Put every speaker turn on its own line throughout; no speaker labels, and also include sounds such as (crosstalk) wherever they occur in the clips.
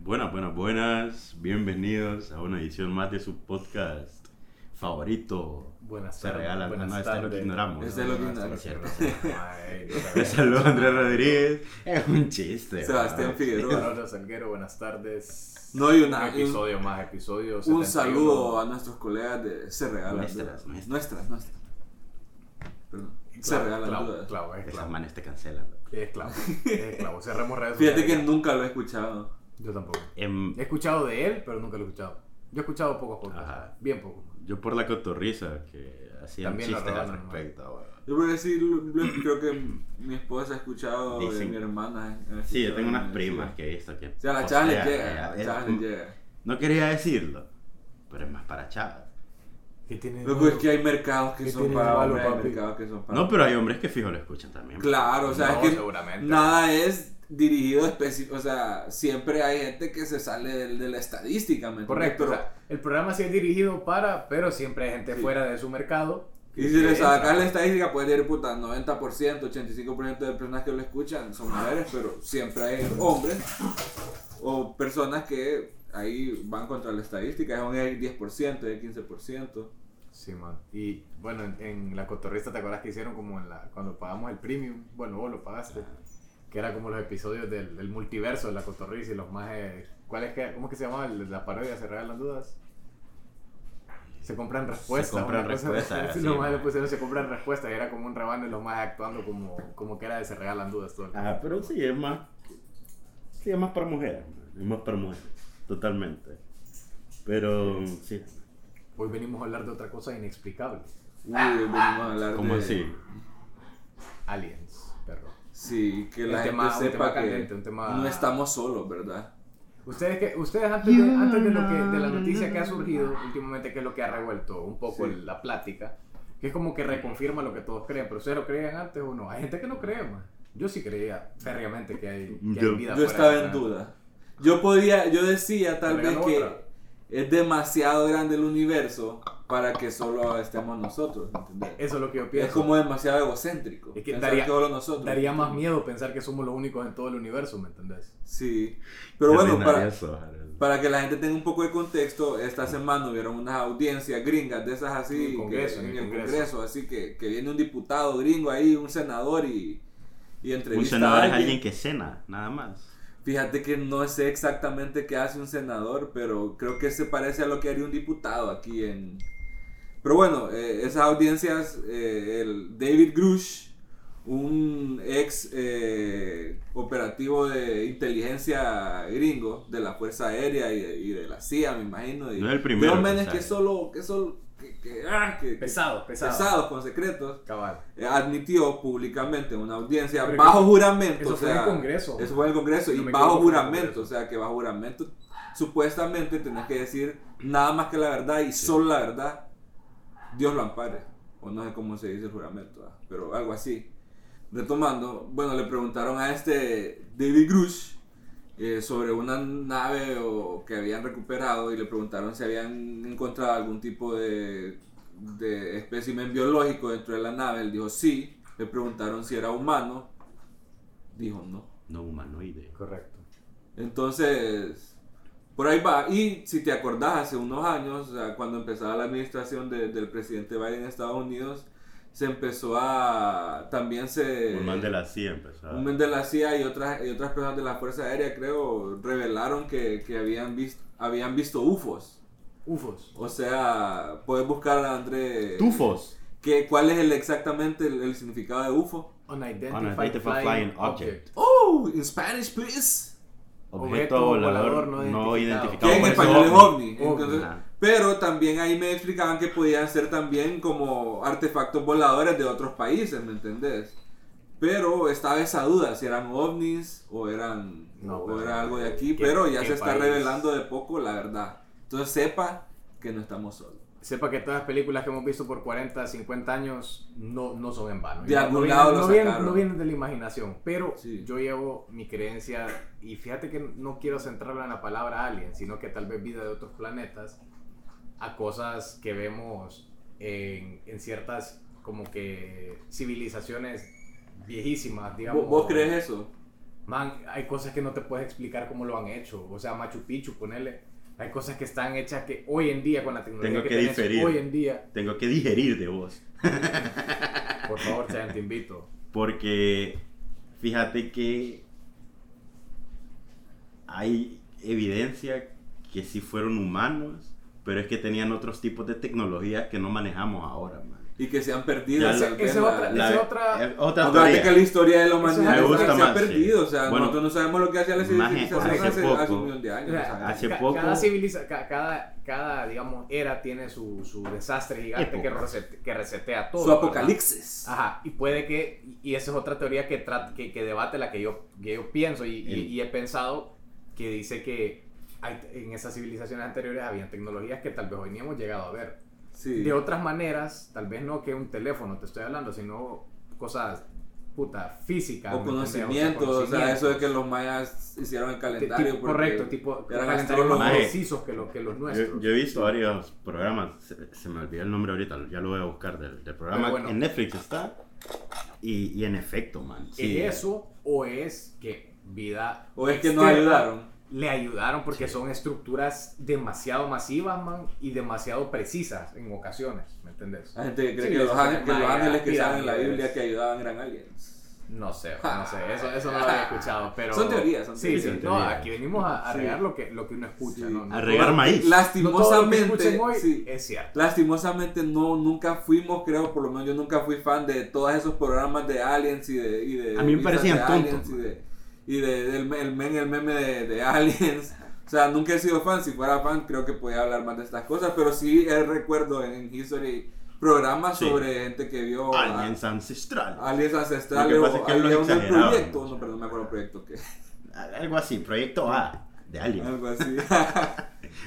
Buenas, buenas, buenas. Bienvenidos a una edición más de su podcast favorito.
Buenas
Se regalan. Ah,
buenas
no, este lo
tardes.
ignoramos. Ah,
Este lo
Buenas
ignoramos. (laughs)
tardes, Ay,
(laughs)
no sabía.
Les saludo Andrés Rodríguez. Es un chiste.
Sebastián
¿verdad?
Figueroa.
Carlos Salguero, buenas tardes.
No, y una-
episodio más,
Pues,
episodio
Un
71.
saludo a nuestros colegas de Se Regalan
Nuestras,
Dudas.
nuestras.
Nuestras, nuestras. Perdón.
Clau-
Se Regalan
Clau-
Dudas.
Clau, es
Esas
Clau.
manes te cancelan.
Es
(laughs)
Clau, es Clau. Cerremos redes
Fíjate que
sociales.
nunca lo he escuchado.
Yo tampoco.
Em,
He escuchado de él, pero nunca lo he escuchado. Yo he escuchado pocos podcasts.
Ajá.
Bien poco.
yo por la cotorriza que hacían
También la
chistes al
robaron, ¿no?
respecto. weón.
Yo por decir, lo- lo- creo que mi esposa ha escuchado de
Dicen-
mi hermana. ha
Sí, yo
escuchado
tengo
de
unas
mi-
primas
sí.
que he visto que.
O sea, a la chava le
postean,
llega. a
eh,
la chava le
es-
llega.
No quería decirlo, pero es más para chavas.
¿Qué tiene?
Loco, es pues que hay mercados que
¿Qué
son
tiene de
para
malo,
hombres, hay
papi?
mercados que son para
No, pero hay hombres que fijo lo escuchan también.
Ah. Claro, o sea,
No,
es que
seguramente.
nada es dirigido específico, o sea, siempre hay gente que se sale del- de, la estadística, ¿me entiendes?
Correcto.
Pero-
o sea, el programa sí es dirigido para, pero siempre hay gente
Sí.
fuera de su mercado.
Y si le
Entra.
sacas la estadística, puedes decir, puta, 90%, 85% de personas que lo escuchan son mujeres, pero siempre hay hombres o personas que ahí van contra la estadística, es un 10%, es 15%.
Sí, man. Y bueno, en, en la cotorrista, ¿te acuerdas que hicieron como en la, cuando pagamos el premium? Bueno, vos lo pagaste.
Ah.
Que era como los episodios del, del multiverso de la cotorrista y los más. eh, ¿cuál es que, ¿Cómo es que se llamaba el- la parodia? ¿Se regalan las dudas? Se compran respuestas.
compran
una cosa-
respuestas,
sí,
sí,
(laughs) los
man.
más le pusieron se compran respuestas. y Era como un rebano y los más actuando como, como que era de se regalan dudas. Todo el tiempo.
Ah, pero sí, es más. Sí, es más para mujeres. Es más para mujeres. Totalmente. Pero, sí.
Hoy venimos a hablar de otra cosa inexplicable:
Uy,
Ah.
venimos a hablar
¿Cómo
de...
así?
aliens, perro.
Sí, que
Un
la gente
tema- un
sepa
tema
que
candente, un tema-
no estamos solos, ¿verdad?
Ustedes, que, ustedes antes, de, antes de, lo que, de la noticia que ha surgido últimamente, que es lo que ha revuelto un poco
Sí.
el- la plática, que es como que reconfirma lo que todos creen, pero ustedes lo creían antes o no. Hay gente que no cree más. Yo sí creía férreamente que hay, que hay
Yo-
vida.
Yo
fuera
estaba
de
en
este planeta.
duda. Yo podía, yo decía tal vez
Regalo
que
otra.
es demasiado grande el universo para que solo estemos nosotros, ¿entendés?
Eso es lo que yo
Es
pienso.
como demasiado egocéntrico.
Es que
pensar
daría-
que solo nosotros.
Daría más miedo pensar que somos los únicos en todo el universo, ¿me entendés?
Sí. Pero bueno, para,
Escenarios, Harold.
para que la gente tenga un poco de contexto, esta semana hubieron unas audiencias gringas de esas así.
En el Congreso,
que-
en el
el Congreso.
Congreso.
Así que, que viene un diputado gringo ahí, un senador y, y entrevista.
Un senador
a
es alguien que cena, nada más.
Fíjate que no sé exactamente qué hace un senador, pero creo que se parece a lo que haría un diputado aquí en... Pero bueno, eh, esas audiencias, eh, el David Grush, un ex eh, operativo de inteligencia gringo de la Fuerza Aérea y de, y de la CIA, me imagino. Y
No es el primero
De
que
hombres
sale.
que solo... Que solo que, que- ah, que- que-
Pesado, pesado.
pesados con secretos
Cabal.
eh, admitió públicamente en una audiencia
Pero
bajo
eso-
juramento.
eso
o
fue
sea,
en el Congreso.
Eso fue en el Congreso
Si
y
no me
bajo
equivoco, fue en el
juramento.
Congreso.
O sea, que bajo juramento supuestamente tenés que decir nada más que la verdad y solo la verdad. Dios lo ampare. O no sé cómo se dice el juramento, ah, pero algo así. Retomando, bueno, le preguntaron a este David Grush eh, sobre una nave o que habían recuperado y le preguntaron si habían encontrado algún tipo de, de espécimen biológico dentro de la nave. Él dijo sí. Le preguntaron si era humano. Dijo no.
No humanoide.
Correcto.
Entonces, por ahí va. Y si te acordás, hace unos años, o sea, cuando empezaba la administración de- del presidente Biden en Estados Unidos, se empezó a... También se...
Un man de la CIA pues, empezó.
Un men de la CIA y otras, y otras personas de la Fuerza Aérea, creo, revelaron que, que habían, visto, habían visto UFOs.
Ufos.
O sea, puedes buscar a André...
¡Tufos!
Que, ¿Cuál es el, exactamente el, el significado de UFO?
Unidentified,
Unidentified flying
flying, object.
Oh, in Spanish, please.
Objeto
Objeto
volador
volador
no,
no
identificado.
Que en
Por eso
español es ovni. Entonces,
Ajá.
pero también ahí me explicaban que podían ser también como artefactos voladores de otros países, ¿me entendés? Pero estaba esa duda si eran ovnis o eran
No,
o
pero-
era algo de aquí,
¿qué-
pero ya
qué
se está
país?
revelando de poco la verdad. Entonces sepa que no estamos solos.
sepa que todas las películas que hemos visto por 40, 50 años no, no son en vano.
De
No
algún
vienen-
lado
no
lo
vienen,
sacaron.
no vienen de la imaginación, pero
Sí.
yo llevo mi creencia y fíjate que no quiero centrarla en la palabra alien, sino que tal vez vida de otros planetas a cosas que vemos en, en ciertas como que civilizaciones viejísimas, digamos.
¿Vos, vos crees eso?
Man, hay cosas que no te puedes explicar cómo lo han hecho. O sea, Machu Picchu, ponele. Hay cosas que están hechas que hoy en día, con la tecnología
Tengo que
tenés
diferir.
hoy en día,
Tengo que digerir de vos.
por favor, Chayan, te invito.
Porque fíjate que hay evidencia que sí fueron humanos, pero es que tenían otros tipos de tecnologías que no manejamos ahora, man.
Y que se han perdido.
Ya,
tal
esa-
vez,
esa
la-
otra-
la-
Esa es otra-
eh, otra
Acuérdate
teoría.
que la historia de la
Eso me
humanidad
gusta
se ha
más, sí.
perdido. O sea,
Bueno,
nosotros no sabemos lo que hacía la
maje,
civilización
hace
hace, hace un
poco-
millón de
O
años. o sea,
(laughs)
sea,
hace
ca-
poco-
Cada civiliza, ca- cada, cada, digamos, era tiene su, su desastre gigante que,
Época.
resete- que resetea todo.
su
¿verdad?
apocalipsis.
Ajá, y puede que, y esa es otra teoría que, tra- que, que debate la que yo, que yo pienso y, y-
El-
y he pensado, que dice que hay- en esas civilizaciones anteriores habían tecnologías que tal vez hoy ni hemos llegado a ver.
Sí.
De otras maneras, tal vez no que un teléfono te estoy hablando, sino cosas, puta, físicas.
o
¿me entendés? sea,
conocimientos, o sea, eso de que
conocimientos.
los mayas hicieron el
Te- tipo-
calendario. porque
correcto, tipo
eran
calendarios más
astrólogos.
precisos que, lo, que
Eh,
los nuestros.
Yo, yo he visto varios programas, se, se me olvida el nombre ahorita, ya lo voy a buscar del, del programa.
Pero bueno.
En Netflix está. Y, y en efecto, man. sí.
¿Es eso o es que vida
O es que no
externa
ayudaron.
le ayudaron porque son estructuras demasiado masivas man, y demasiado precisas en ocasiones ¿me entendés?
La gente que cree
Sí,
que, los
esos
ángeles, que los
mayas,
ángeles que salen en la
pirámides.
Biblia que ayudaban eran aliens.
no
(laughs)
sé no sé eso, eso no lo había escuchado pero
Son teorías, son
sí, sí,
teorías.
no, aquí venimos a, a
Sí.
regar lo que, lo que uno escucha
Sí.
¿no? No
A regar
todo-
maíz.
no todo lo que
Lastimosamente,
escuchen hoy
sí.
es cierto
Lastimosamente no, nunca fuimos, creo, por lo menos yo nunca fui fan de todos esos programas de aliens y de... y de
A mí me
revistas de
parecían
aliens
tontos,
Y
man.
de, y de- del me- el, men- el meme de, de aliens. (laughs) O sea, nunca he sido fan. Si fuera fan, creo que podía hablar más de estas cosas. Pero sí eh, recuerdo en History programas
Sí.
sobre gente que vio a-
Aliens ancestrales.
Ah.
aliens ancestrales.
Lo que pasa es
o
que los
había un
exageraban
proyecto,
mucho.
no, perdón, me acuerdo el proyecto que...
Algo así, proyecto A de aliens.
Algo así.
(laughs)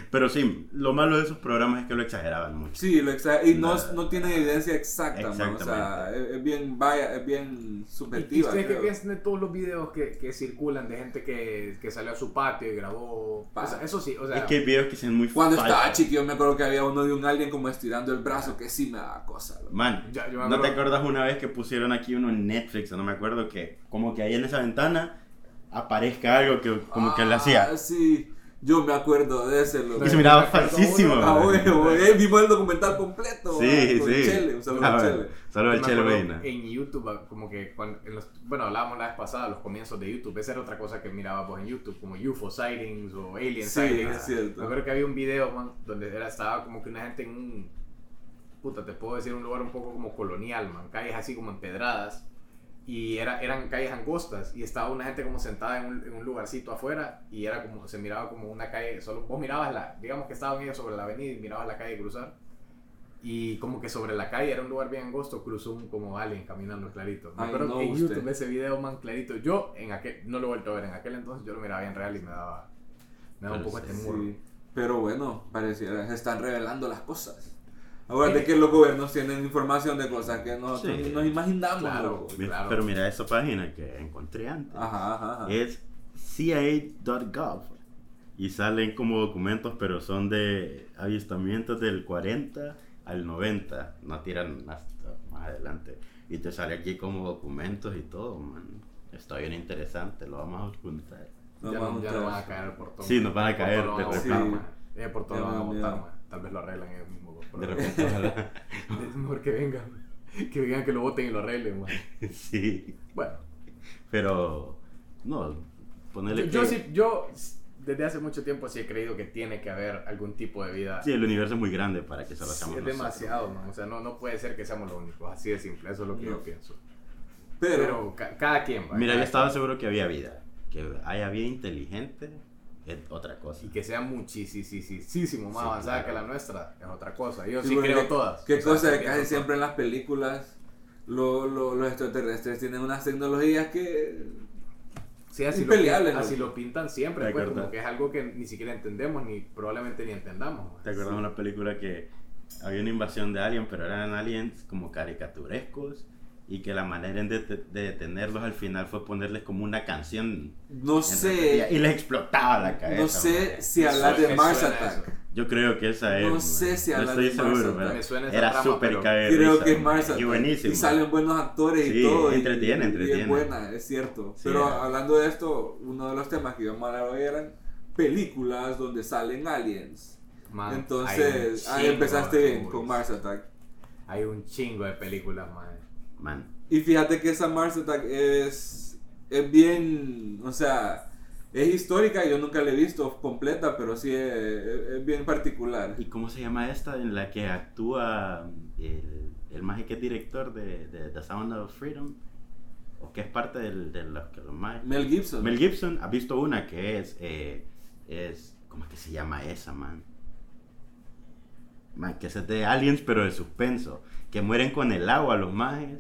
Pero sí, lo malo de esos programas es que lo exageraban mucho.
Sí, lo exa- y no,
Nada.
no tiene evidencia exacta, man, o sea, e-,
Exactamente.
es, es bien vaya, es bien
¿Y- ¿Y
subjetiva.
ustedes qué
creo.
piensan de todos los videos que, que circulan de gente que, que salió a su patio y grabó?
Pa.
O sea, eso sí, o sea,
es que hay videos que son muy
Cuando
falsos.
estaba chiquillo me acuerdo que había uno de un alien como estirando el brazo, que sí me daba cosa. loco.
Man,
Ya, yo me
¿no te
acuerdo.
acuerdas una vez que pusieron aquí uno en Netflix? o No me acuerdo que, como que ahí en esa ventana aparezca algo que como que le
Ah,
hacía.
Sí, yo me acuerdo de ese. loco.
Y se miraba
Me acuerdo
falsísimo.
uno.
Ah,
man.
huevo, eh, vimos el documental completo. ah,
Sí,
con
sí.
Chele, un saludo
Ah,
a
bueno,
Chele.
saludo al
me
Chele
acuerdo
Reina.
En YouTube, ah, como que cuando, en los- bueno, hablábamos la vez pasada, los comienzos de YouTube, esa era otra cosa que mirábamos en YouTube, como UFO sightings o alien
Sí,
sightings. ah.
es cierto.
Me acuerdo que había un video, man, donde era, estaba como que una gente en un, puta, te puedo decir, un lugar un poco como colonial, man, calles así como empedradas. Y era, eran calles angostas y estaba una gente como sentada en un, en un lugarcito afuera y era como, se miraba como una calle, solo vos mirabas la, digamos que estaban ellos sobre la avenida y mirabas la calle cruzar y como que sobre la calle era un lugar bien angosto, cruzó un como alien caminando clarito. Me
Ay,
acuerdo
no,
que en
usted.
YouTube ese video man clarito. Yo en aquel no lo he vuelto a ver en aquel entonces, yo lo miraba bien real y me daba me daba
Pero
un poco este
sí,
muro.
Sí, Pero bueno, pareciera, se están revelando las cosas. Ahora
Eh.
de que los gobiernos tienen información de cosas que nosotros
Sí.
nos imaginamos.
Claro.
loco.
Mi-
claro.
Pero mira esa página que encontré antes.
Ajá, ajá,
Ah.
ajá.
Es CIA.gov. Y salen como documentos, pero son de avistamientos del 40 al 90. No tiran hasta más adelante. Y te sale aquí como documentos y todo, man. Está bien interesante, lo vamos a juntar.
No
ya, no,
vamos
ya
a
no van
entrar.
a caer el portón.
Sí, nos van a
El portón
caer,
lo van
te
a botar,
repito.
man. Eh, por todo
Ya
lo van a
me da
botar,
miedo.
man. Tal vez lo arreglan ellos mismos. bro,
De
pero-
repente, ojalá.
(laughs) Es mejor que vengan. Que vengan que lo voten y lo arreglen, man.
(laughs) Sí,
Bueno,
pero. No,
yo,
ponerle.
yo
que-
sí, yo desde hace mucho tiempo sí he creído que tiene que haber algún tipo de vida
Sí, el universo es muy grande para que se lo
Sí,
hagamos
es
nosotros.
demasiado, man. O sea, no, no puede ser que seamos los únicos. Así de simple, eso es lo que
No.
yo pienso. Pero,
Pero,
ca- cada quien va.
Mira, yo
cada
estaba seguro que había vida. Que haya vida inteligente es otra cosa.
quien. Y que sea muchísimo más
Sí,
avanzada
claro.
que la nuestra, es otra cosa. Yo sí,
Sí, porque
creo
qué-
todas.
qué
O sea,
cosa
sí
que
pienso
casi
todas.
siempre en las películas lo- lo- los extraterrestres tienen unas tecnologías que
Sí, así, lo,
impeleable, ¿no?
así lo pintan siempre,
¿Te
pues, como
acuerdas?
que es algo que ni siquiera entendemos, ni probablemente ni entendamos. man.
¿Te acuerdas de una película que había una invasión de aliens, pero eran aliens como caricaturescos? Y que la manera en de, de detenerlos al final fue ponerles como una canción.
no
en repetida,
sé
Y les explotaba la cabeza.
no sé
man.
si
Eso-
hablar de
me
Mars
suena eso.
Attack
Yo creo que esa es.
No
man.
sé si
no
habla
estoy
de Mars
seguro,
Attack.
pero
Me suena esa
Era
trama,
súper
pero
caer.
Creo que es Mars
Y
Attack,
buenísimo.
Y salen buenos actores
Sí,
y todo. y-
entretiene,
y
entretiene.
es buena, es cierto.
Sí,
Pero
ajá.
hablando de esto, uno de los temas que íbamos a hablar hoy eran películas donde salen aliens.
Man,
Entonces,
hay un
ahí
chingo
empezaste
de
bien
movies.
con Mars Attack.
Hay un chingo de películas, man.
Man,
Y fíjate que esa Mars Attack es, es bien, o sea, es histórica, yo nunca la he visto completa, pero sí es, es bien particular.
¿y cómo se llama esta en la que actúa mm, el, el maje que es director de, de The Sound of Freedom? ¿O que es parte del, de los que los majes-
Mel Gibson.
Mel Gibson ha visto una que es, eh, es ¿cómo es que se llama esa, man? Man, que es de aliens pero de suspenso, que mueren con el agua los majes.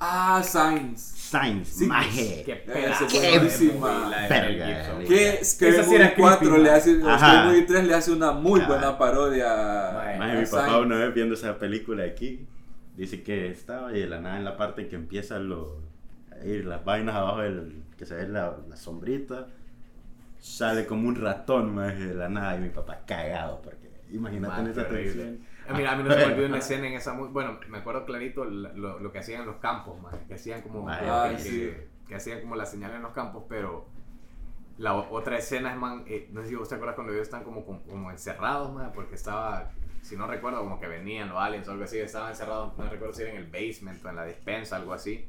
Ah, Signs.
Science,
Sí, pues,
maje.
Qué
Esa
pedazo.
es
de
buenísima.
movie, la de
Eh, Verga,
Mel Gibson,
Lee.
Que
man.
Scary
Esa sí era
Movie 4
creepy,
le hace,
Ajá.
Scary Movie 3 le hace una muy
Ajá.
buena parodia.
Mae,
Maje,
a
mi papá
Signs.
una vez viendo esa película aquí, dice que estaba y de la nada en la parte que empiezan lo, ahí las vainas abajo, del, que se ve la, la sombrita, sale como un ratón maje, de la nada y mi papá cagado, porque imagínate
Man,
en esa
qué horrible.
tensión.
Ah, Mira, a mí no se me olvidó
(laughs)
una escena en esa muy... Bueno, me acuerdo clarito la- lo, lo que hacían en los campos, man. Que hacían como...
Ay,
que- que,
sí.
que hacían como la señal en los campos, pero... La o- otra escena es, man... eh, no sé si vos te acuerdas cuando ellos están como, como, como encerrados, man. Porque estaba... Si no recuerdo, como que venían los aliens o algo así. Estaban encerrados, no recuerdo si era en el basement o en la despensa, algo así.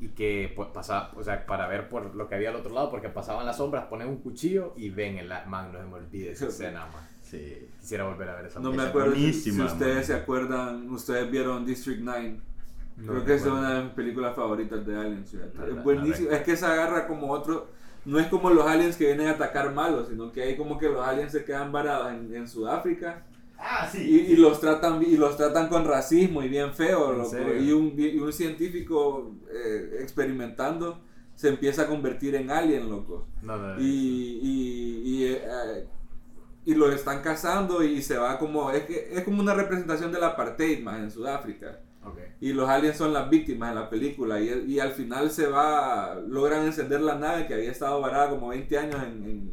Y que pues, pasaba... O sea, para ver por lo que había al otro lado, porque pasaban las sombras, ponen un cuchillo y ven el... a- Man, no se me olvide
(laughs)
esa escena, man.
Sí.
Quisiera volver a ver esa
No me
película.
Esa
acuerdo si, si
buenísima,
ustedes
man.
se acuerdan, ustedes vieron District 9.
No
Creo que esa es
recuerdo.
una de mis películas favoritas de Aliens. fíjate.
No, no,
es buenísimo.
no
es que se agarra como otro. No es como los aliens que vienen a atacar malos, sino que hay como que los aliens se quedan varados en, en Sudáfrica
Ah, sí.
y, y los tratan y los tratan con racismo y bien feo.
¿En
loco.
serio?
Y, un, y un científico eh, experimentando se empieza a convertir en alien, loco.
No, no, no.
Y, y, y, eh, eh, y los están cazando y se va como. Es, que, es como una representación del apartheid más en Sudáfrica
Ok.
y los aliens son las víctimas en la película y, y al final se va logran encender la nave que había estado varada como 20 años en, en-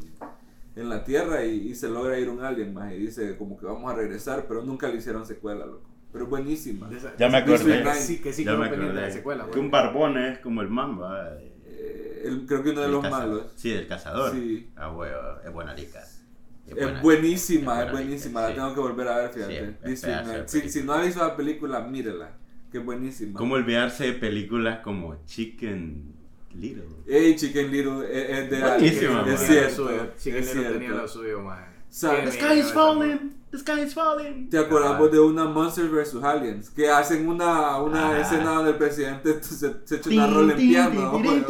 en la tierra y, y se logra ir un alien más y dice como que vamos a regresar pero nunca le hicieron secuela loco pero es buenísima
Ya me acordé.
Que sí, que sí,
ya
que
me
no pendiente de la
acordé.
secuela.
que un
güey.
barbón es como el mamba.
Eh, el- creo que uno de los malos
Sí, el cazador.
Sí.
Ah, huevo, es buena lica.
es buenísima
es
es
buena,
buenísima la
sí.
tengo que volver a ver
Sí,
fíjate
es
District
pedazo de
Nine. si,
película.
si no has visto la película mírela que es buenísima
¿Cómo olvidarse de películas como Chicken Little?
Hey, Chicken Little es, es de
Buenísima,
aliens,
man.
Tenía
es
lo
cierto,
suyo. Chicken
es
Little tenía
cierto.
lo suyo, man.
Sabe,
Qué bello
the
esa película.
The sky is falling.
¿Te
Cabal.
acordamos de una Monsters vs. Aliens? Que hacen una, una
Ajá.
escena donde el presidente (laughs) se, se echa una rola en piano. weón.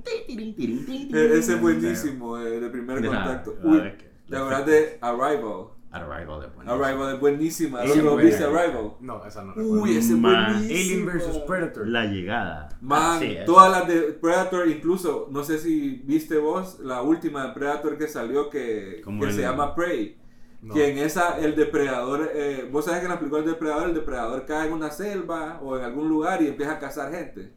(laughs) E- Ese es buenísimo, eh, de primer contacto. Uy, ¿te acuerdas de Arrival?
Arrival de buena.
Arrival es buenísima.
Esa
¿Sí lo
buena.
viste Arrival?
No, esa no recuerdo.
Uy, ese es
Man.
buenísimo.
Alien vs Predator.
La llegada.
Man,
Ah, sí, esa.
todas las de Predator, incluso, no sé si viste vos la última de Predator que salió que,
Como
que
el-
se llama Prey.
No.
Que en esa, el depredador, eh, vos sabes que en la película del depredador, el depredador cae en una selva o en algún lugar y empieza a cazar gente.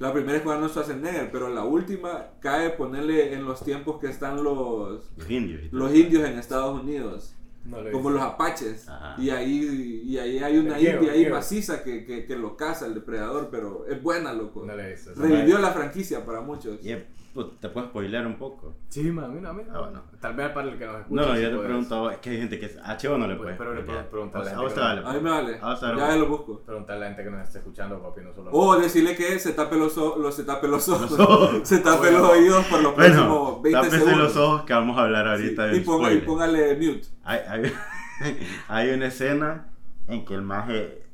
La primera es cuando Schwarzenegger, pero la última cae ponerle en los tiempos que están los,
Los indios. y todo.
los indios en Estados Unidos,
No lo
como
hice.
los apaches.
Ajá.
Y ahí, y ahí hay una
Quiero,
india ahí
quiero.
maciza que, que, que lo caza el depredador, pero es buena, loco.
No lo hice. esa
Revivió la franquicia para muchos.
Y es- pu- Te puedo spoilear un poco.
no- Sí, man, mira, mira.
Ah, bueno.
Tal vez para el que nos escucha.
No,
sí
yo te
puedes.
pregunto, es que hay gente que es- a Cheo no le
Pues,
puede.
pero le
spoilear.
puedo preguntar a la
A
gente
vos
que
te vale,
no-
A mí me vale.
Ah, o sea,
Ya
lo-
me lo busco.
Preguntarle a la gente que nos está escuchando, papi, no solo.
O decirle que se tape los ojos, los- se tape los ojos,
ojos.
(laughs) se tape
Bueno.
los oídos por los
Bueno,
próximos 20
tápese
segundos.
los ojos que vamos a hablar
Sí,
ahorita del
y, ponga- y
spoiler.
póngale mute.
Hay, hay, hay (laughs) una escena en que el maje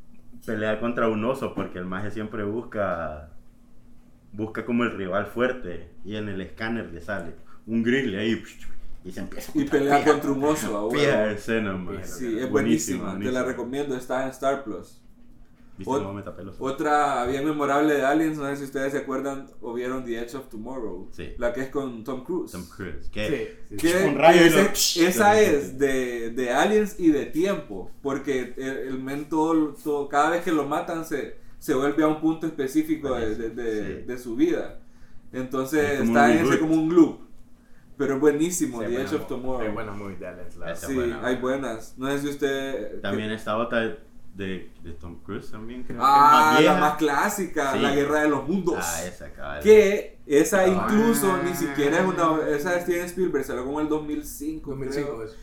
pelea contra un oso porque el maje siempre busca busca como el rival fuerte y en el escáner le sale un grizzly ahí y se empieza (laughs)
Y pelea contra un oso
un
ahora.
escena, man.
Sí, es buenísima, te la recomiendo, está en Star Plus.
¿Viste
Ot-
cómo me tapé los ojos?
Otra bien memorable de Aliens, no sé si ustedes se acuerdan o vieron The Edge of Tomorrow,
Sí.
la que es con Tom Cruise.
Tom Cruise.
Sí,
¿Qué?
sí, sí.
Que-
Un rayo
que
y lo-
ese- esa es de, de aliens y de tiempo, porque el, el men todo- todo- cada vez que lo matan se, se vuelve a un punto específico de, de- de-
Sí.
de su vida. Entonces
Es como
está
un
en ese
reboot.
como un loop. Pero es buenísimo,
Sí,
The Edge
buena
of
mo-
Tomorrow.
Hay buenas movies de Alex Lara.
Esa
sí,
buena,
hay
buena.
buenas. No sé si usted...
También esta otra de, de Tom Cruise también creo
Ah,
que es
la
más vieja.
más clásica,
Sí.
La Guerra de los Mundos.
Ah, esa cabal.
Que esa
Ah.
incluso ni siquiera es
Ah.
una... Esa de Steven Spielberg, salió como en el 2005,
2005
creo.
es.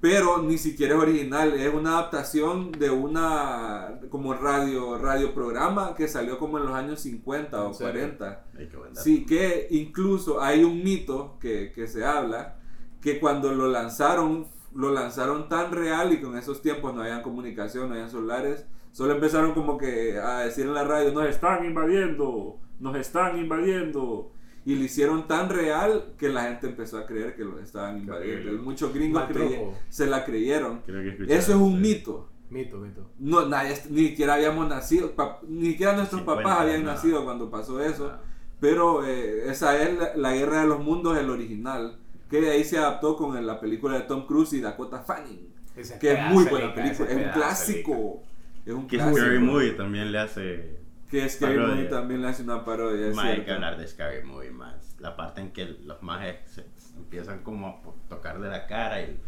Pero ni siquiera es original, es una adaptación de una... como radio, radio programa que salió como en los años 50 o
¿En serio?
40.
Ay, qué buen dato.
Sí, que incluso hay un mito que, que se habla que cuando lo lanzaron, lo lanzaron tan real y que en esos tiempos no habían comunicación, no habían celulares, solo empezaron como que a decir en la radio, nos están invadiendo, nos están invadiendo. Y lo hicieron tan real que la gente empezó a creer que los estaban invadiendo. Y
horrible.
muchos gringos
Mal
creye-
truco.
se la creyeron.
Creo que escuché
Eso es un
sí.
mito.
Mito, mito.
No, nadie, ni siquiera habíamos nacido, pa- ni siquiera nuestros
50,
papás habían
nada.
nacido cuando pasó eso.
Ah,
Pero eh, esa es la, la Guerra de los Mundos, el original, que de ahí se adaptó con el- la película de Tom Cruise y Dakota Fanning,
Ese
que es
pedazo
muy
de
buena
lica,
película,
ese
es un
pedazo de lica.
clásico, es un
Que
clásico.
Scary Movie también le hace.
Que Scary
Parodia.
Movie también le hace una parodia, es
Más hay que
cierto.
hablar de Scary Movie más. La parte en que los majes se- se empiezan como a po- tocar de la cara y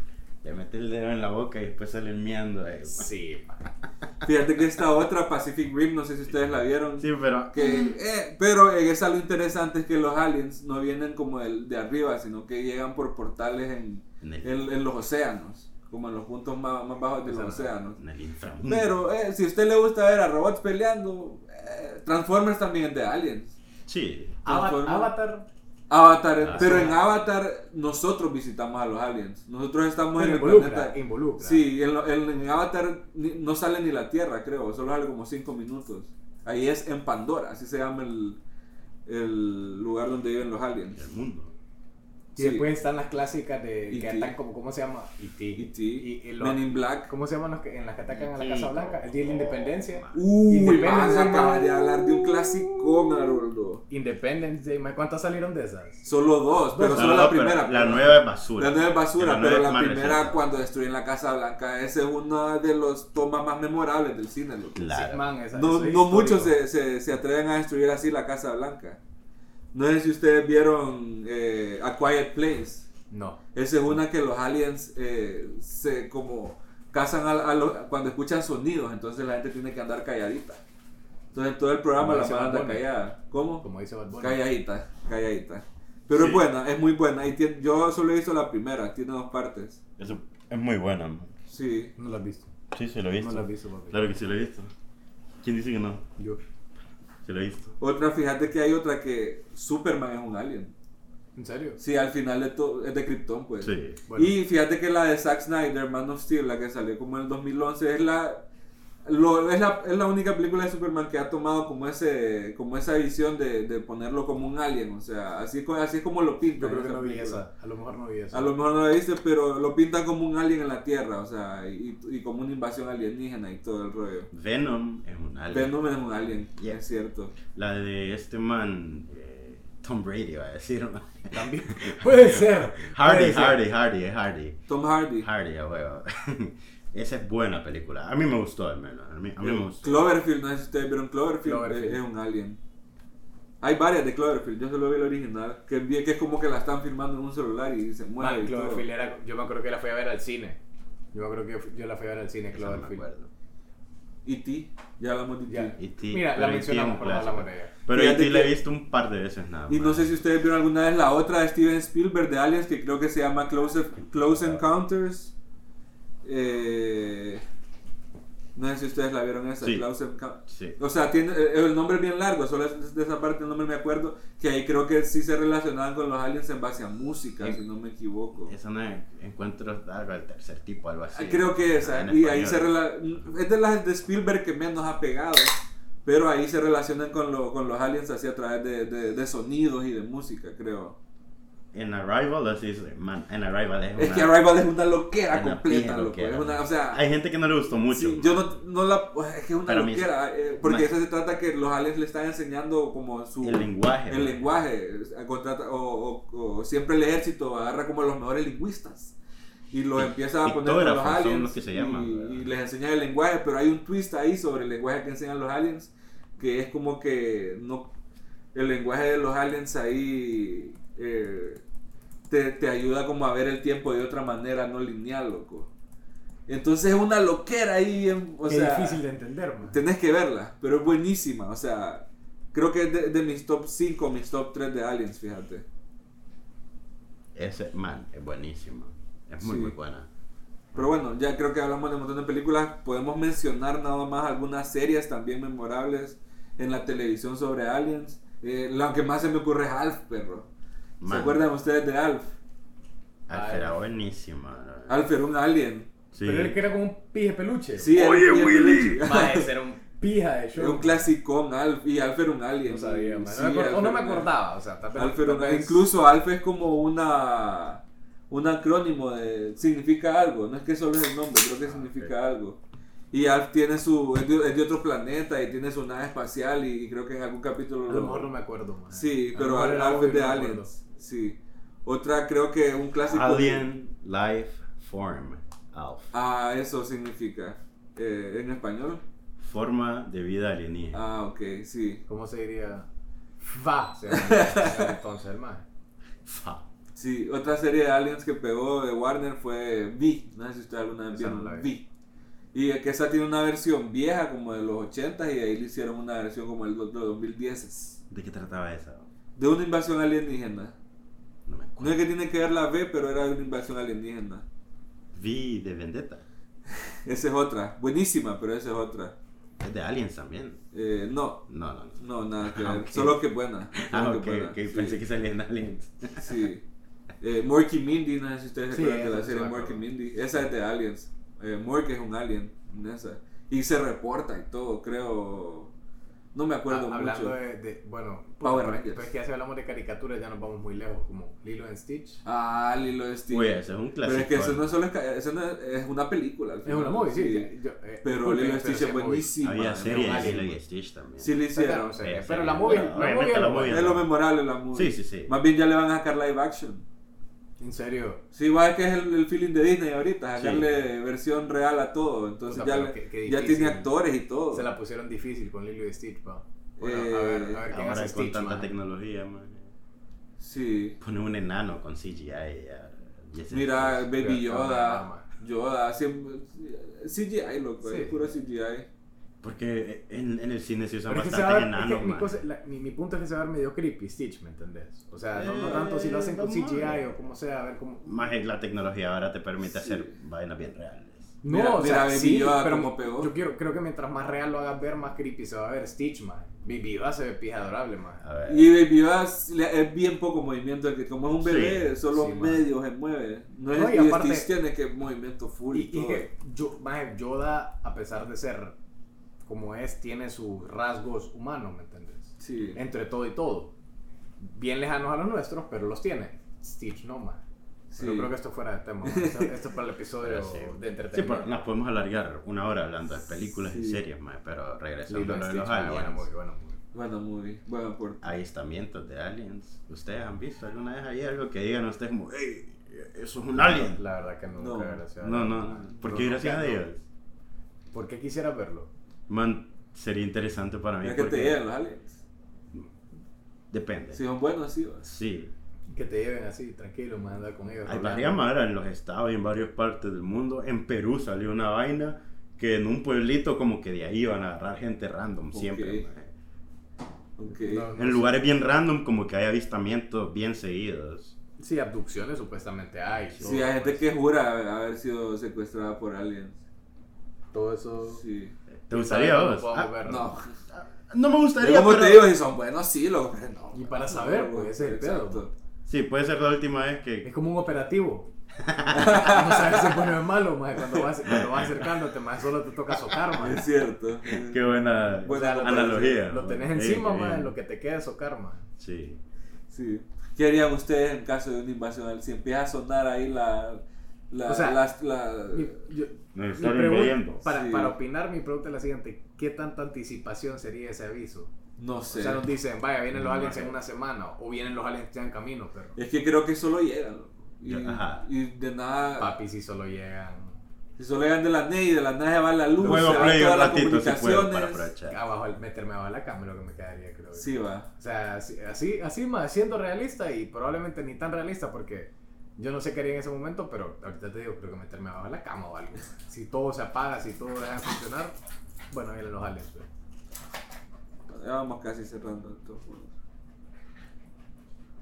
le meten el dedo en la boca y después salen miando. ahí, ma.
Sí, ma.
Fíjate que esta otra, Pacific Rim, no sé si ustedes la vieron.
Sí, pero.
Que, eh, pero en esa lo interesante es que los aliens no vienen como del- de arriba, sino que llegan por portales en,
En el,
en- en los océanos, como en los puntos más, más bajos de los océanos.
en el inframundo.
Pero eh, si a usted le gusta ver a robots peleando, eh, Transformers también es de Aliens.
Sí.
Ava-
Transforma-
Avatar.
Avatar, eh,
Ah,
pero
sí.
en Avatar nosotros visitamos a los aliens. Nosotros estamos en el
Involucra.
planeta.
Involucra.
Sí, en, lo- en- en Avatar ni- no sale ni la Tierra, creo, solo sale como 5 minutos. Ahí es en Pandora, así se llama el, el lugar donde viven los
En el
aliens.
mundo.
Y
Sí.
después están las clásicas de que
E.T..
atacan como, ¿cómo se llama?
E.T.,
E.T. Y, y los-
E Men in Black.
¿Cómo se llaman los que, en las que atacan a la
Sí.
Casa Blanca? El Día de la Independencia.
Uy,
Independence
man,
Day, man.
acabas de hablar de un clásico, Haroldo.
Independence Day, ma, ¿cuántas salieron de esas?
Solo dos, pero
No,
solo
no,
la
pero
primera.
La
pues.
nueva es basura.
La nueva es basura,
nueva
pero
es
la
más
primera
reciente.
cuando destruyen la Casa Blanca, ese es uno de los tomas más memorables del cine. loco.
Claro.
Man, esa-
No,
eso es
no
histórico.
muchos se, se- se atreven a destruir así la Casa Blanca. No sé si ustedes vieron eh, A Quiet Place.
No.
Esa es una que los aliens eh, se como cazan a, a lo- cuando escuchan sonidos, entonces la gente tiene que andar calladita. Entonces en todo el programa
Como
la
dice
van a
Bad
andar
Bunny.
callada. ¿Cómo?
Como dice Bad Bunny.
Calladita, calladita. Pero
Sí.
es buena, es muy buena. Y tiene- yo solo he visto la primera, tiene dos partes.
Eso es muy buena. ma.
Sí.
No lo has visto.
Sí, se lo he
No
visto.
lo has visto, papi.
Claro que sí lo he visto. ¿Quién dice que no?
Yo.
Se lo he visto.
Otra, fíjate que hay otra que Superman es un alien.
¿En serio?
Sí, al final de todo es de Krypton, pues.
Sí.
Bueno.
Y fíjate que la de Zack Snyder, Man of Steel, la que salió como en el 2011, es la, lo- es la, es la única película de Superman que ha tomado como ese como esa visión de, de ponerlo como un alien. O sea, así, co- así es como lo pintan.
Yo creo que
esa
no vi
película.
esa. A lo mejor no vi esa.
A lo mejor no la viste, pero lo pintan como un alien en la Tierra, o sea, y, y como una invasión alienígena y todo el rollo.
Venom es un alien.
Venom es un alien,
Yeah.
es cierto.
La de este man. eh, Tom Brady, va a
(laughs)
decir. ma.
También. Puede ser.
Hardy,
Puede ser.
Hardy, Hardy, es Hardy.
Tom Hardy.
Hardy, a huevo. (laughs) Esa es buena película. A mí me gustó, al menos. A mí, a mí me gustó.
Cloverfield, no sé si ustedes vieron Cloverfield,
Cloverfield.
Es, es un alien. Hay varias de Cloverfield, yo solo vi el original, que, vi- que es como que la están filmando en un celular y se mueve.
Man,
y todo.
Ah, Cloverfield era- yo me acuerdo que la fui a ver al cine. Yo me acuerdo que fu- yo la fui a ver al cine,
Esa no me
Cloverfield.
acuerdo.
E.T., E ya hablamos de E
Ya.
E.T.
E.T.,
Mira,
pero
la
E.T.
mencionamos,
es un
pero no hablamos
clásico.
de ella.
Pero
Fíjate
E.T. la he
que-
visto un par de veces nada más.
Y no sé si ustedes vieron alguna vez la otra de Steven Spielberg de Aliens que creo que se llama Close, Close Encounters. Eh, no sé si ustedes la vieron esa,
Sí.
Close Encounters.
Sí.
O sea, tiene, eh, el nombre es bien largo, solo es de esa parte no me acuerdo, que ahí creo que sí se relacionaban con los aliens en base a música,
Sí.
si no me equivoco. Ah,
Esa no es Encuentros de algo del tercer tipo, algo así.
Creo que esa,
En
y ahí se
español.
rela- es de las de Spielberg que menos ha pegado, pero ahí se relacionan con, lo- con los aliens así a través de, de- de sonidos y de música, creo.
En Arrival, así es. Man, en Arrival es una.
Es que Arrival es una loquera
una
completa,
pija
loco.
loquera,
es una,
man.
o sea,
Hay gente que no le gustó mucho.
sí, yo no, no la. Es que es una
Pero a mí sí.
loquera. eh, porque
Ma-
eso se trata que los aliens le están enseñando como su.
El lenguaje.
el
man.
lenguaje. eh, contrata- o, o- o siempre el ejército agarra como a los mejores lingüistas. Y los
Pic-
empieza a poner con los
pictógrafos son
aliens.
los que se llaman,
y,
¿verdad?
y les enseña el lenguaje, pero hay un twist ahí sobre el lenguaje que enseñan los aliens. Que es como que no. El lenguaje de los aliens ahí. eh, te, te ayuda como a ver el tiempo de otra manera, no lineal, loco. Entonces es una loquera ahí, en- o
Qué
sea,
difícil de entender, man.
tenés que verla, pero es buenísima, o sea, creo que es de, de mis top 5, mis top 3 de Aliens, fíjate.
Ese, man, es buenísimo. Es muy,
Sí.
muy buena.
Pero bueno, ya creo que hablamos de un montón de películas. Podemos mencionar nada más algunas series también memorables en la televisión sobre aliens. Eh, lo que más se me ocurre es Alf, perro. ¿Se
Man,
acuerdan ustedes de Alf? Ah,
Alf Ah, era buenísima.
Alf era un alien.
Sí.
Pero él que era como un pije peluche.
Sí, era
Oye,
un alien
Willy.
peluche.
Mae, ese era un.
Pija de show.
Era un clasicón Alf. Y Alf era un alien.
No sabía, man.
Sí,
no me acuer-
Alf
o no me
era un alien.
acordaba, o sea, tal vez-
Alf era un
tal
alien.
vez-
Incluso Alf es como una... Un acrónimo de... Significa algo. No es que solo es el nombre.
Ah,
Creo que significa algo. Y Alf tiene su... Es de, es de otro planeta y tiene su nave espacial y, creo que en algún capítulo...
A
lo-
lo mejor no me acuerdo, man.
Sí,
A lo
pero
mejor
Al-
era
Alf
obvio
es
y
de
no me acuerdo.
Aliens. Sí. Otra creo que un clásico...
Alien Life Form. Alf.
Ah, eso significa. Eh, ¿En español?
Forma de vida alienígena.
Ah, ok, sí.
¿Cómo se diría? Va, se llama entonces el man.
(laughs) Ah.
Fa.
Sí, otra serie de aliens que pegó de Warner fue V. No sé si ustedes alguna vez
Esa
vieron
no la
V. Y es que esa tiene una versión vieja, como de los 80 y de ahí le hicieron una versión como el de los 2010.
¿De qué trataba esa?
De una invasión alienígena.
No me
No
acuerdo.
es que tiene que ver la B, pero era una invasión alienígena.
Vi de Vendetta.
Esa es otra. Buenísima, pero esa es otra.
Es de Aliens también.
Eh, no,
No, no, no.
no, nada que ver.
Ah, ok.
Solo que buena. Solo
Ah, ok,
que buena.
ok.
Sí.
Pensé que salía en Aliens.
Sí. Eh, Mork y Mindy, no sé si ustedes
Sí,
recuerdan de
esa
la
sí
serie
me
Mork y
acuerdo.
Mindy. Esa es de Aliens. Eh, Mork es un alien en esa. Y se reporta y todo, creo. No me acuerdo
Ah,
mucho.
hablando de, pues, de- bueno,
Power
pero-
Rangers.
Pero es que ya si hablamos de caricaturas ya nos vamos muy lejos, como Lilo and Stitch.
Ah, Lilo y Stitch.
Uy, ese es un
pero
clásico. ¿eh?
es que eso no es solo. esca- Eso no es, es una película. al
Es
final. pues,
una movie, sí. yo- eh,
Pero
disculpe,
Lilo y Stitch
sí
es
es movie. Ah,
buenísima.
¿eh? Había
es
serie de
buenísima.
Lilo y Stitch también.
Sí, le
Claro,
hicieron.
o sea,
Sí, sí,
pero la
sí.
movie,
Bueno,
la
obviamente
movie
la
era
movie
buena.
Es lo memorable la movie.
Sí, sí, sí.
Más bien ya le van a sacar live action.
En serio.
Sí, va, es que es el, el feeling de Disney ahorita,
Sí.
sacarle versión real a todo. Entonces
Puta,
ya,
pero
le-
qué- qué
ya
difícil.
tiene actores y todo.
Se la pusieron difícil con Lilo y Stitch, pa. Bueno,
Eh,
a ver, a ver quién
Ahora
hace
con
Stitch,
tanta
man.
tecnología, man.
Sí.
Pone un enano con CGI. ya. Y ese-
Mira, Baby
Pero,
Yoda.
ah,
Yoda, siempre. CGI, loco,
Sí.
es puro CGI.
Porque en, en el cine se usan
Pero es que se
bastante
va a ver- es
enanos,
que mi,
man.
cosa- la- mi- mi punto es que se va a ver medio creepy Stitch, ¿me entendés? O sea, no, no
Eh,
tanto si lo hacen con
vamos a
CGI
ver.
o como sea, a ver cómo...
Más es la tecnología ahora te permite
Sí.
hacer vainas bien reales.
No,
Mira-
o
mira
sea,
Baby
sí,
Yoda
pero
como pegó.
yo quiero, creo que mientras más real lo hagas ver, más creepy se va a ver Stitch, man. Baby Yoda se ve pija adorable, man.
A ver.
Y Baby Yoda es le- es bien poco movimiento, que como es un
Sí,
bebé, solo
sí, man.
medio se mueve. No es
No, y
y
aparte-
Stitch tiene que movimiento full y,
Y, y
todo.
que yo, maje, Yoda, a pesar de ser como es, tiene sus rasgos humanos, ¿me entendés?
Sí.
Entre todo y todo. Bien lejanos a los nuestros, pero los tiene. Stitch no, más.
Sí.
Pero creo que esto fuera de tema. man.
(laughs)
Esto, esto es para el episodio
Sí.
de
Sí, pero
entretenimiento.
nos podemos alargar una hora hablando de películas y
Sí.
series, man, pero regresando
Lilo
a
y
lo de
Stitch,
los
man, bueno,
aliens.
muy bueno. muy-
Bueno, movie. Bueno, aporte.
Avistamientos de aliens. ¿Ustedes han visto alguna vez ahí algo que digan ustedes como, hey, eso es un alien?
La verdad que nunca,
No.
gracias a
No,
Dios,
no,
man.
no. Porque
No,
gracias a
nunca,
Dios.
no. ¿Por qué quisiera verlo?
Man, sería interesante para mí.
Mira que te
porque-
llegan los aliens.
Depende.
Si
Sí.
son buenos, sí. va.
Que te lleven así, tranquilo, más andar con ellos.
Hay
hablando.
varias maneras en los estados y en varias partes del mundo. En Perú salió una vaina que en un pueblito como que de ahí iban a agarrar gente random
Ok.
siempre. man.
Ok.
No, no
En
sé.
lugares bien random como que hay avistamientos bien seguidos.
Sí, abducciones supuestamente hay.
Sí, hay
pues.
gente que jura haber sido secuestrada por aliens.
Todo eso.
Sí.
¿Te gustaría a vos? Ah,
No.
no me
Pero
gustaría,
como
pero-
te digo, si son buenos, sí, los no.
Y para saber,
no,
pues, ese es el pedo. pues.
exacto.
Sí, puede ser la última vez que...
Es como un operativo. no sabes si pone malo, mae. Cuando vas, cuando vas acercándote, mae, solo te toca socar, mae.
Es cierto.
(laughs) Qué buena
Buena
analogía.
Lo tenés
man. Sí,
encima,
qué
mae.
bien.
Lo que te queda es socar, mae.
Sí.
Sí. ¿Qué harían ustedes en caso de una invasión al- Si empieza a sonar ahí la. la
O sea,
las- la-
Mi- yo-
Nos
mi
están
pregun-
invadiendo.
Para,
Sí.
para opinar, mi pregunta es la siguiente: ¿Qué tanta anticipación sería ese aviso?
no sé.
O sea, nos dicen, vaya, vienen los
No,
aliens en
mae.
una semana, o vienen los aliens ya en camino, pero.
es que creo que solo llegan. loco. Y,
Yo- ajá.
y de nada.
Papi, si solo llegan.
Si solo llegan de la NE y de la NE se va la luz,
Juego
se van
play
todas
un
las
ratito si puedo para
comunicaciones.
aprovechar.
Abajo, el- meterme abajo de la cama es lo que me quedaría, creo. yo.
sí, va.
O sea, así, así, así más, siendo realista y probablemente ni tan realista porque yo no sé qué haría en ese momento, pero ahorita te digo, creo que meterme abajo de la cama o algo. Si todo se apaga, si todo deja de funcionar, bueno, vienen los aliens. pues.
Ya vamos casi cerrando esto.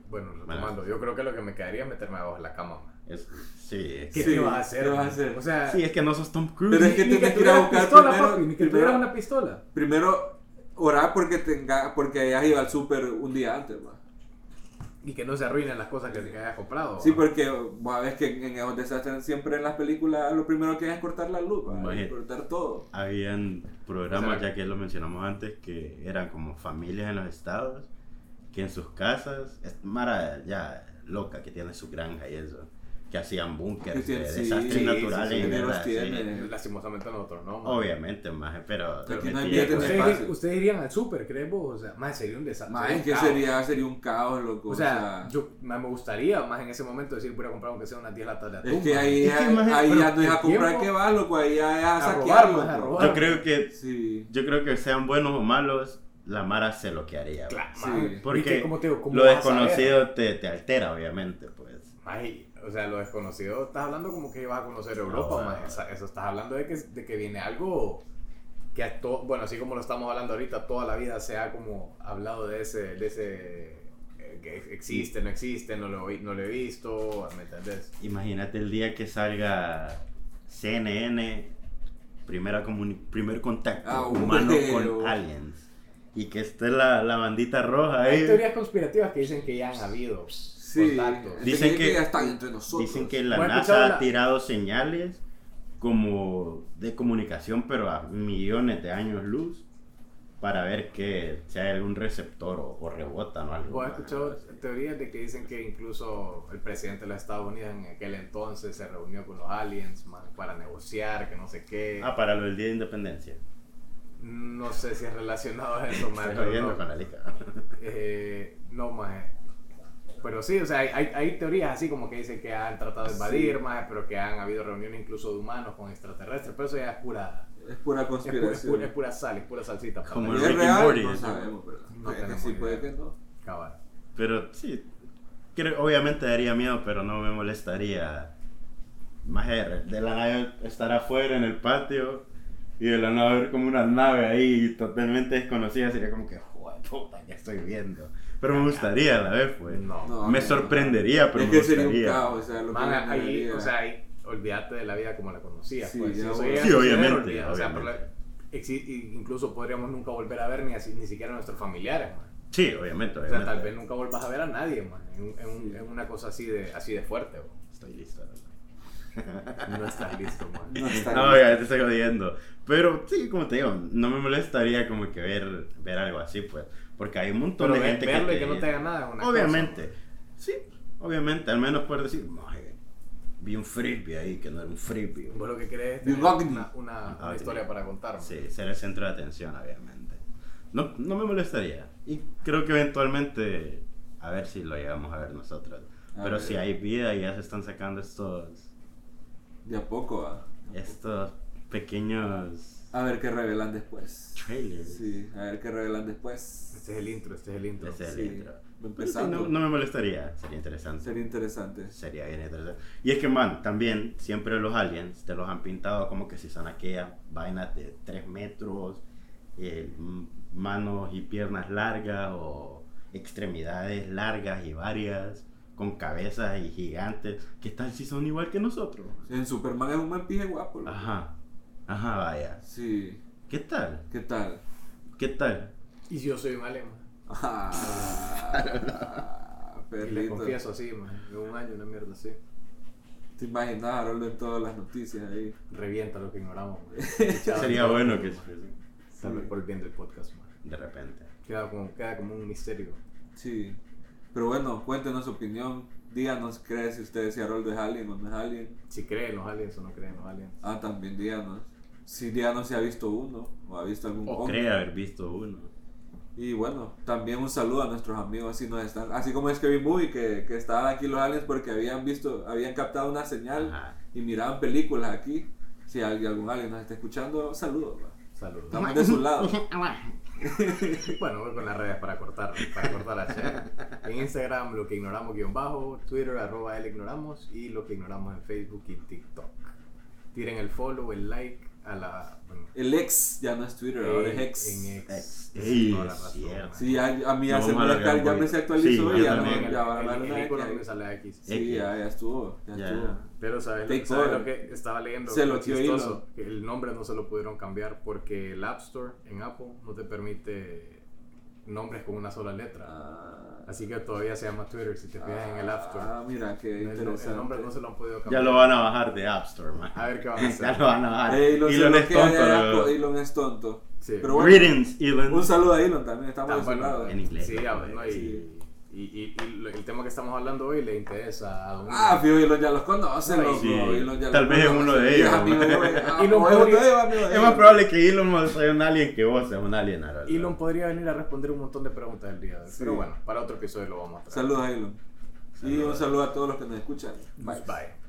Bueno, lo
Bueno.
tomando, yo creo que lo que me quedaría es meterme abajo de la cama. man.
Es- sí, es-
¿Qué
Sí,
te vas a hacer?
¿qué vas a
man?
hacer?
O sea,
sí, es que no sos Tom Cruise.
Pero es que
ni
tienes
que
que ir a
tuvieras
buscar
pistola,
primero-
papi, ni que
primero-
tuvieras una pistola.
Primero, orar porque tenga, porque hayas ido al súper un día antes, va.
Y que no se arruinen las cosas que te hayas comprado.
Sí,
man.
porque vos ves que en en esos desastres siempre en las películas lo primero que hay es cortar la luz, va,
Imagínate.
cortar todo.
Habían programas,
O sea,
ya que lo mencionamos antes, que eran como familias en los estados, que en sus casas, es Mara ya loca que tiene su granja y eso, que hacían búnkeres
Sí,
de
sí,
desastres
sí,
naturales,
sí, sí,
y
sí,
mierda
los tiene.
así.
Eh, Lastimosamente nosotros no. man.
Obviamente, más, pero...
Aquí no
metía
hay billetes
con-
de-
Ustedes,
fácil.
ustedes irían al súper, ¿crees vos? O sea, más sería un desastre.
Más
sería
es
un
que
caos.
sería, sería un caos, loco.
O sea, yo más me gustaría más en ese momento decir, voy a comprar aunque sea unas 10 latas de atún.
es que ahí,
Es que,
ahí,
maje,
pero
ya no es a
el
comprar
tiempo-
que va, loco, ahí ya es a,
A
saquear,
robar, maje, a
loco.
robar.
Yo creo que
Sí.
yo creo que sean buenos o malos, la Mara se lo que haría.
Claro,
Sí,
maje.
porque
Y que, como te digo, ¿cómo
Lo
vas a saber?
desconocido te, te altera, obviamente, pues.
Maje, o sea, lo desconocido, estás hablando como que vas a conocer Europa,
No,
maje. Esa- Eso estás hablando de que, de que viene algo que, a to- bueno, así como lo estamos hablando ahorita, toda la vida se ha como hablado de ese, de ese, eh, que existe, no existe, no lo, vi- no lo he visto, ¿me entendés?
Imagínate el día que salga CNN, primera comuni- primer contacto
Ah,
humano
bueno.
con aliens. Y que esté la, la bandita roja
Hay
ahí.
teorías conspirativas que dicen que ya han habido
Sí.
contactos.
Dicen
Dicen que,
que-
ya están entre nosotros.
Dicen que la
¿No has
NASA
escuchado
ha
la-
tirado señales como de comunicación, pero a millones de años luz, para ver que si hay algún receptor o, o rebota o algo.
¿Vos has escuchado teorías de que dicen que incluso el presidente de los Estados Unidos en aquel entonces se reunió con los aliens man, para negociar, que no sé qué?
Ah, para lo del Día de Independencia.
No sé si es relacionado
(laughs)
a eso, man,
Estoy
pero
jodiendo
no.
con la liga. (laughs)
Eh, no, maje. Pero sí, o sea, hay, hay- hay teorías así como que dicen que han tratado de invadir, maje, pero que han habido reuniones incluso de humanos con extraterrestres, pero eso ya es pura,
Es pura
es pura, es
conspiración.
pura, es pura sal, es pura salsita. para
Como
la-
el
¿Y es
Rick and
real?
Morty,
No
¿no?
sabemos, pero
No
puede que
tenemos
sí,
idea.
puede que no.
Cabal.
Pero sí, creo- obviamente daría miedo, pero no me molestaría. Más de de la nave estar afuera en el patio y de la nave ver como una nave ahí totalmente desconocida sería como que, joder, puta, ¿qué estoy viendo? Pero me gustaría a la vez, pues.
No.
No,
Me
no,
sorprendería, pero
Es
me
que sería un
gustaría.
caos, o sea, lo que
Man,
me
ahí,
daría.
o sea, ahí, olvídate de la vida como la conocías.
Sí,
pues.
ya,
Si eso
bueno.
llega a
Sí,
suceder,
obviamente,
olvídate. O sea, pero
obviamente.
la- exi- incluso podríamos nunca volver a ver ni, así, ni siquiera a nuestros familiares. man.
Sí, obviamente,
O sea,
obviamente.
tal vez nunca volvas a ver a nadie man, en, un- en un-
Sí.
en una cosa así de, así de fuerte. bro.
Estoy listo. ¿no?
No
(laughs)
estás listo, man.
No está
No,
bien.
ya te estoy jodiendo. Pero sí, como te digo, no me molestaría como que ver, ver algo así, pues. Porque hay un montón
Pero
de
ve-
gente
verlo
que.
y que no te haga nada es una
Obviamente,
cosa,
sí, obviamente, al menos puedes decir, "Maje, vi un frisbee ahí, que no era un frisbee.
¿no? Vos lo que crees
Y un ovni.
una, una- una
ovni.
historia para contar. man.
Ah, Sí, ser el centro de atención, obviamente. No, no me molestaría. Y creo que eventualmente, a ver si lo llegamos a ver nosotros.
A
Pero
ver.
si hay vida y ya se están sacando estos,
De a poco, va. De a poco.
estos pequeños
A ver qué revelan después.
trailers.
Sí, a ver qué revelan después.
Este es el intro, este es el intro.
Ese es el
Sí.
intro. Pero sí,
Empezando.
no, no me molestaría, sería interesante.
Sería interesante.
Sería bien interesante. Y es que, man, también siempre los aliens te los han pintado como que si son aquellas vainas de 3 metros, eh, m- manos y piernas largas o extremidades largas y varias, con cabezas y gigantes. ¿Qué tal si son igual que nosotros?
En Superman es un buen pije guapo. loco.
Ajá, ajá, vaya.
Sí.
¿Qué tal?
¿Qué tal? (laughs)
¿Qué tal?
Y yo soy un alemán.
Ah,
Y le
perrito.
confieso así, man. De un año, una mierda así.
Te imaginas a Harold en todas las noticias ahí.
Revienta lo que ignoramos.
(laughs)
man.
Sería bueno que
Estamos volviendo el podcast, man.
de repente.
Queda como, queda como un misterio.
Sí. Pero bueno, cuéntenos su opinión. Díganos, ¿cree si ustedes si Harold es alien o no es alien?
Si creen los aliens o no creen los aliens.
Ah, también díganos. Si díganos si ha visto uno o ha visto algún
O
ovni.
cree haber visto uno.
Y bueno, también un saludo a nuestros amigos si nos están, así como es que vi Movie, que, que estaban aquí los aliens porque habían visto, habían captado una señal
Ajá.
y miraban películas aquí. Si alguien, algún alguien nos está escuchando, saludos. va.
Saludos.
Estamos de su lado.
(laughs) Bueno, voy con las redes para cortar, para cortar la chévere. En Instagram, lo que ignoramos guión bajo, Twitter, arroba el ignoramos y lo que ignoramos en Facebook y TikTok. Tiren el follow, el like a la... bueno,
El ex ya no es Twitter, ahora es
en-
ex.
Eh, En
Ex.
ex.
Ey,
Toda la
es
razón,
cierto.
man.
Sí, a, a mí
No,
hace
madre,
una cal- ya
güey.
me se actualizó
Sí,
y
yo
ya no,
también,
ya va
el-
a hablar
el
una
icono
que-
me sale aquí.
Sí, ya, ya estuvo, ya,
Ya.
estuvo.
Pero sabes,
Take
¿sabes
over.
lo que estaba leyendo,
Se
Lo
lo quiero
chistoso, que el nombre no se lo pudieron cambiar porque el App Store en Apple no te permite nombres con una sola letra.
Ah,
Así que todavía se llama Twitter si te fijas en el App Store.
Ah, mira, qué
El, el nombre
interesante.
no se lo han podido
Ya
cambiar.
lo van a bajar de App Store, man.
A ver
(laughs)
qué van a
Ya
hacer.
lo van a bajar.
Eh, Elon, se
Elon
lo
es
queda
tonto,
de asco,
bro.
Elon es tonto.
Sí.
Pero bueno,
Greetings, Elon.
un saludo a Elon también, estamos
Ah,
de su
bueno,
lado.
En inglés.
Sí,
¿no?
ya, ¿no? y,
Sí.
y- y- y lo- el tema que estamos hablando hoy le interesa a un...
Ah, fijo, Elon ya los conoce,
Sí.
loco. Elon ya
Tal
los
vez es
conoce.
uno de
Y es
ellos,
amigo
man.
de- ah,
(laughs) Elon
o es uno
podría-
de ellos, amigo de
Es
ellos.
más probable que Elon Musk sea un alien que vos seas un alien. ahora, ¿verdad?
Elon podría venir a responder un montón de preguntas del día de hoy.
Sí.
Pero bueno, para otro episodio lo vamos a traer.
Saludos a Elon. Y un saludo a todos los que nos escuchan. Bye.
Bye.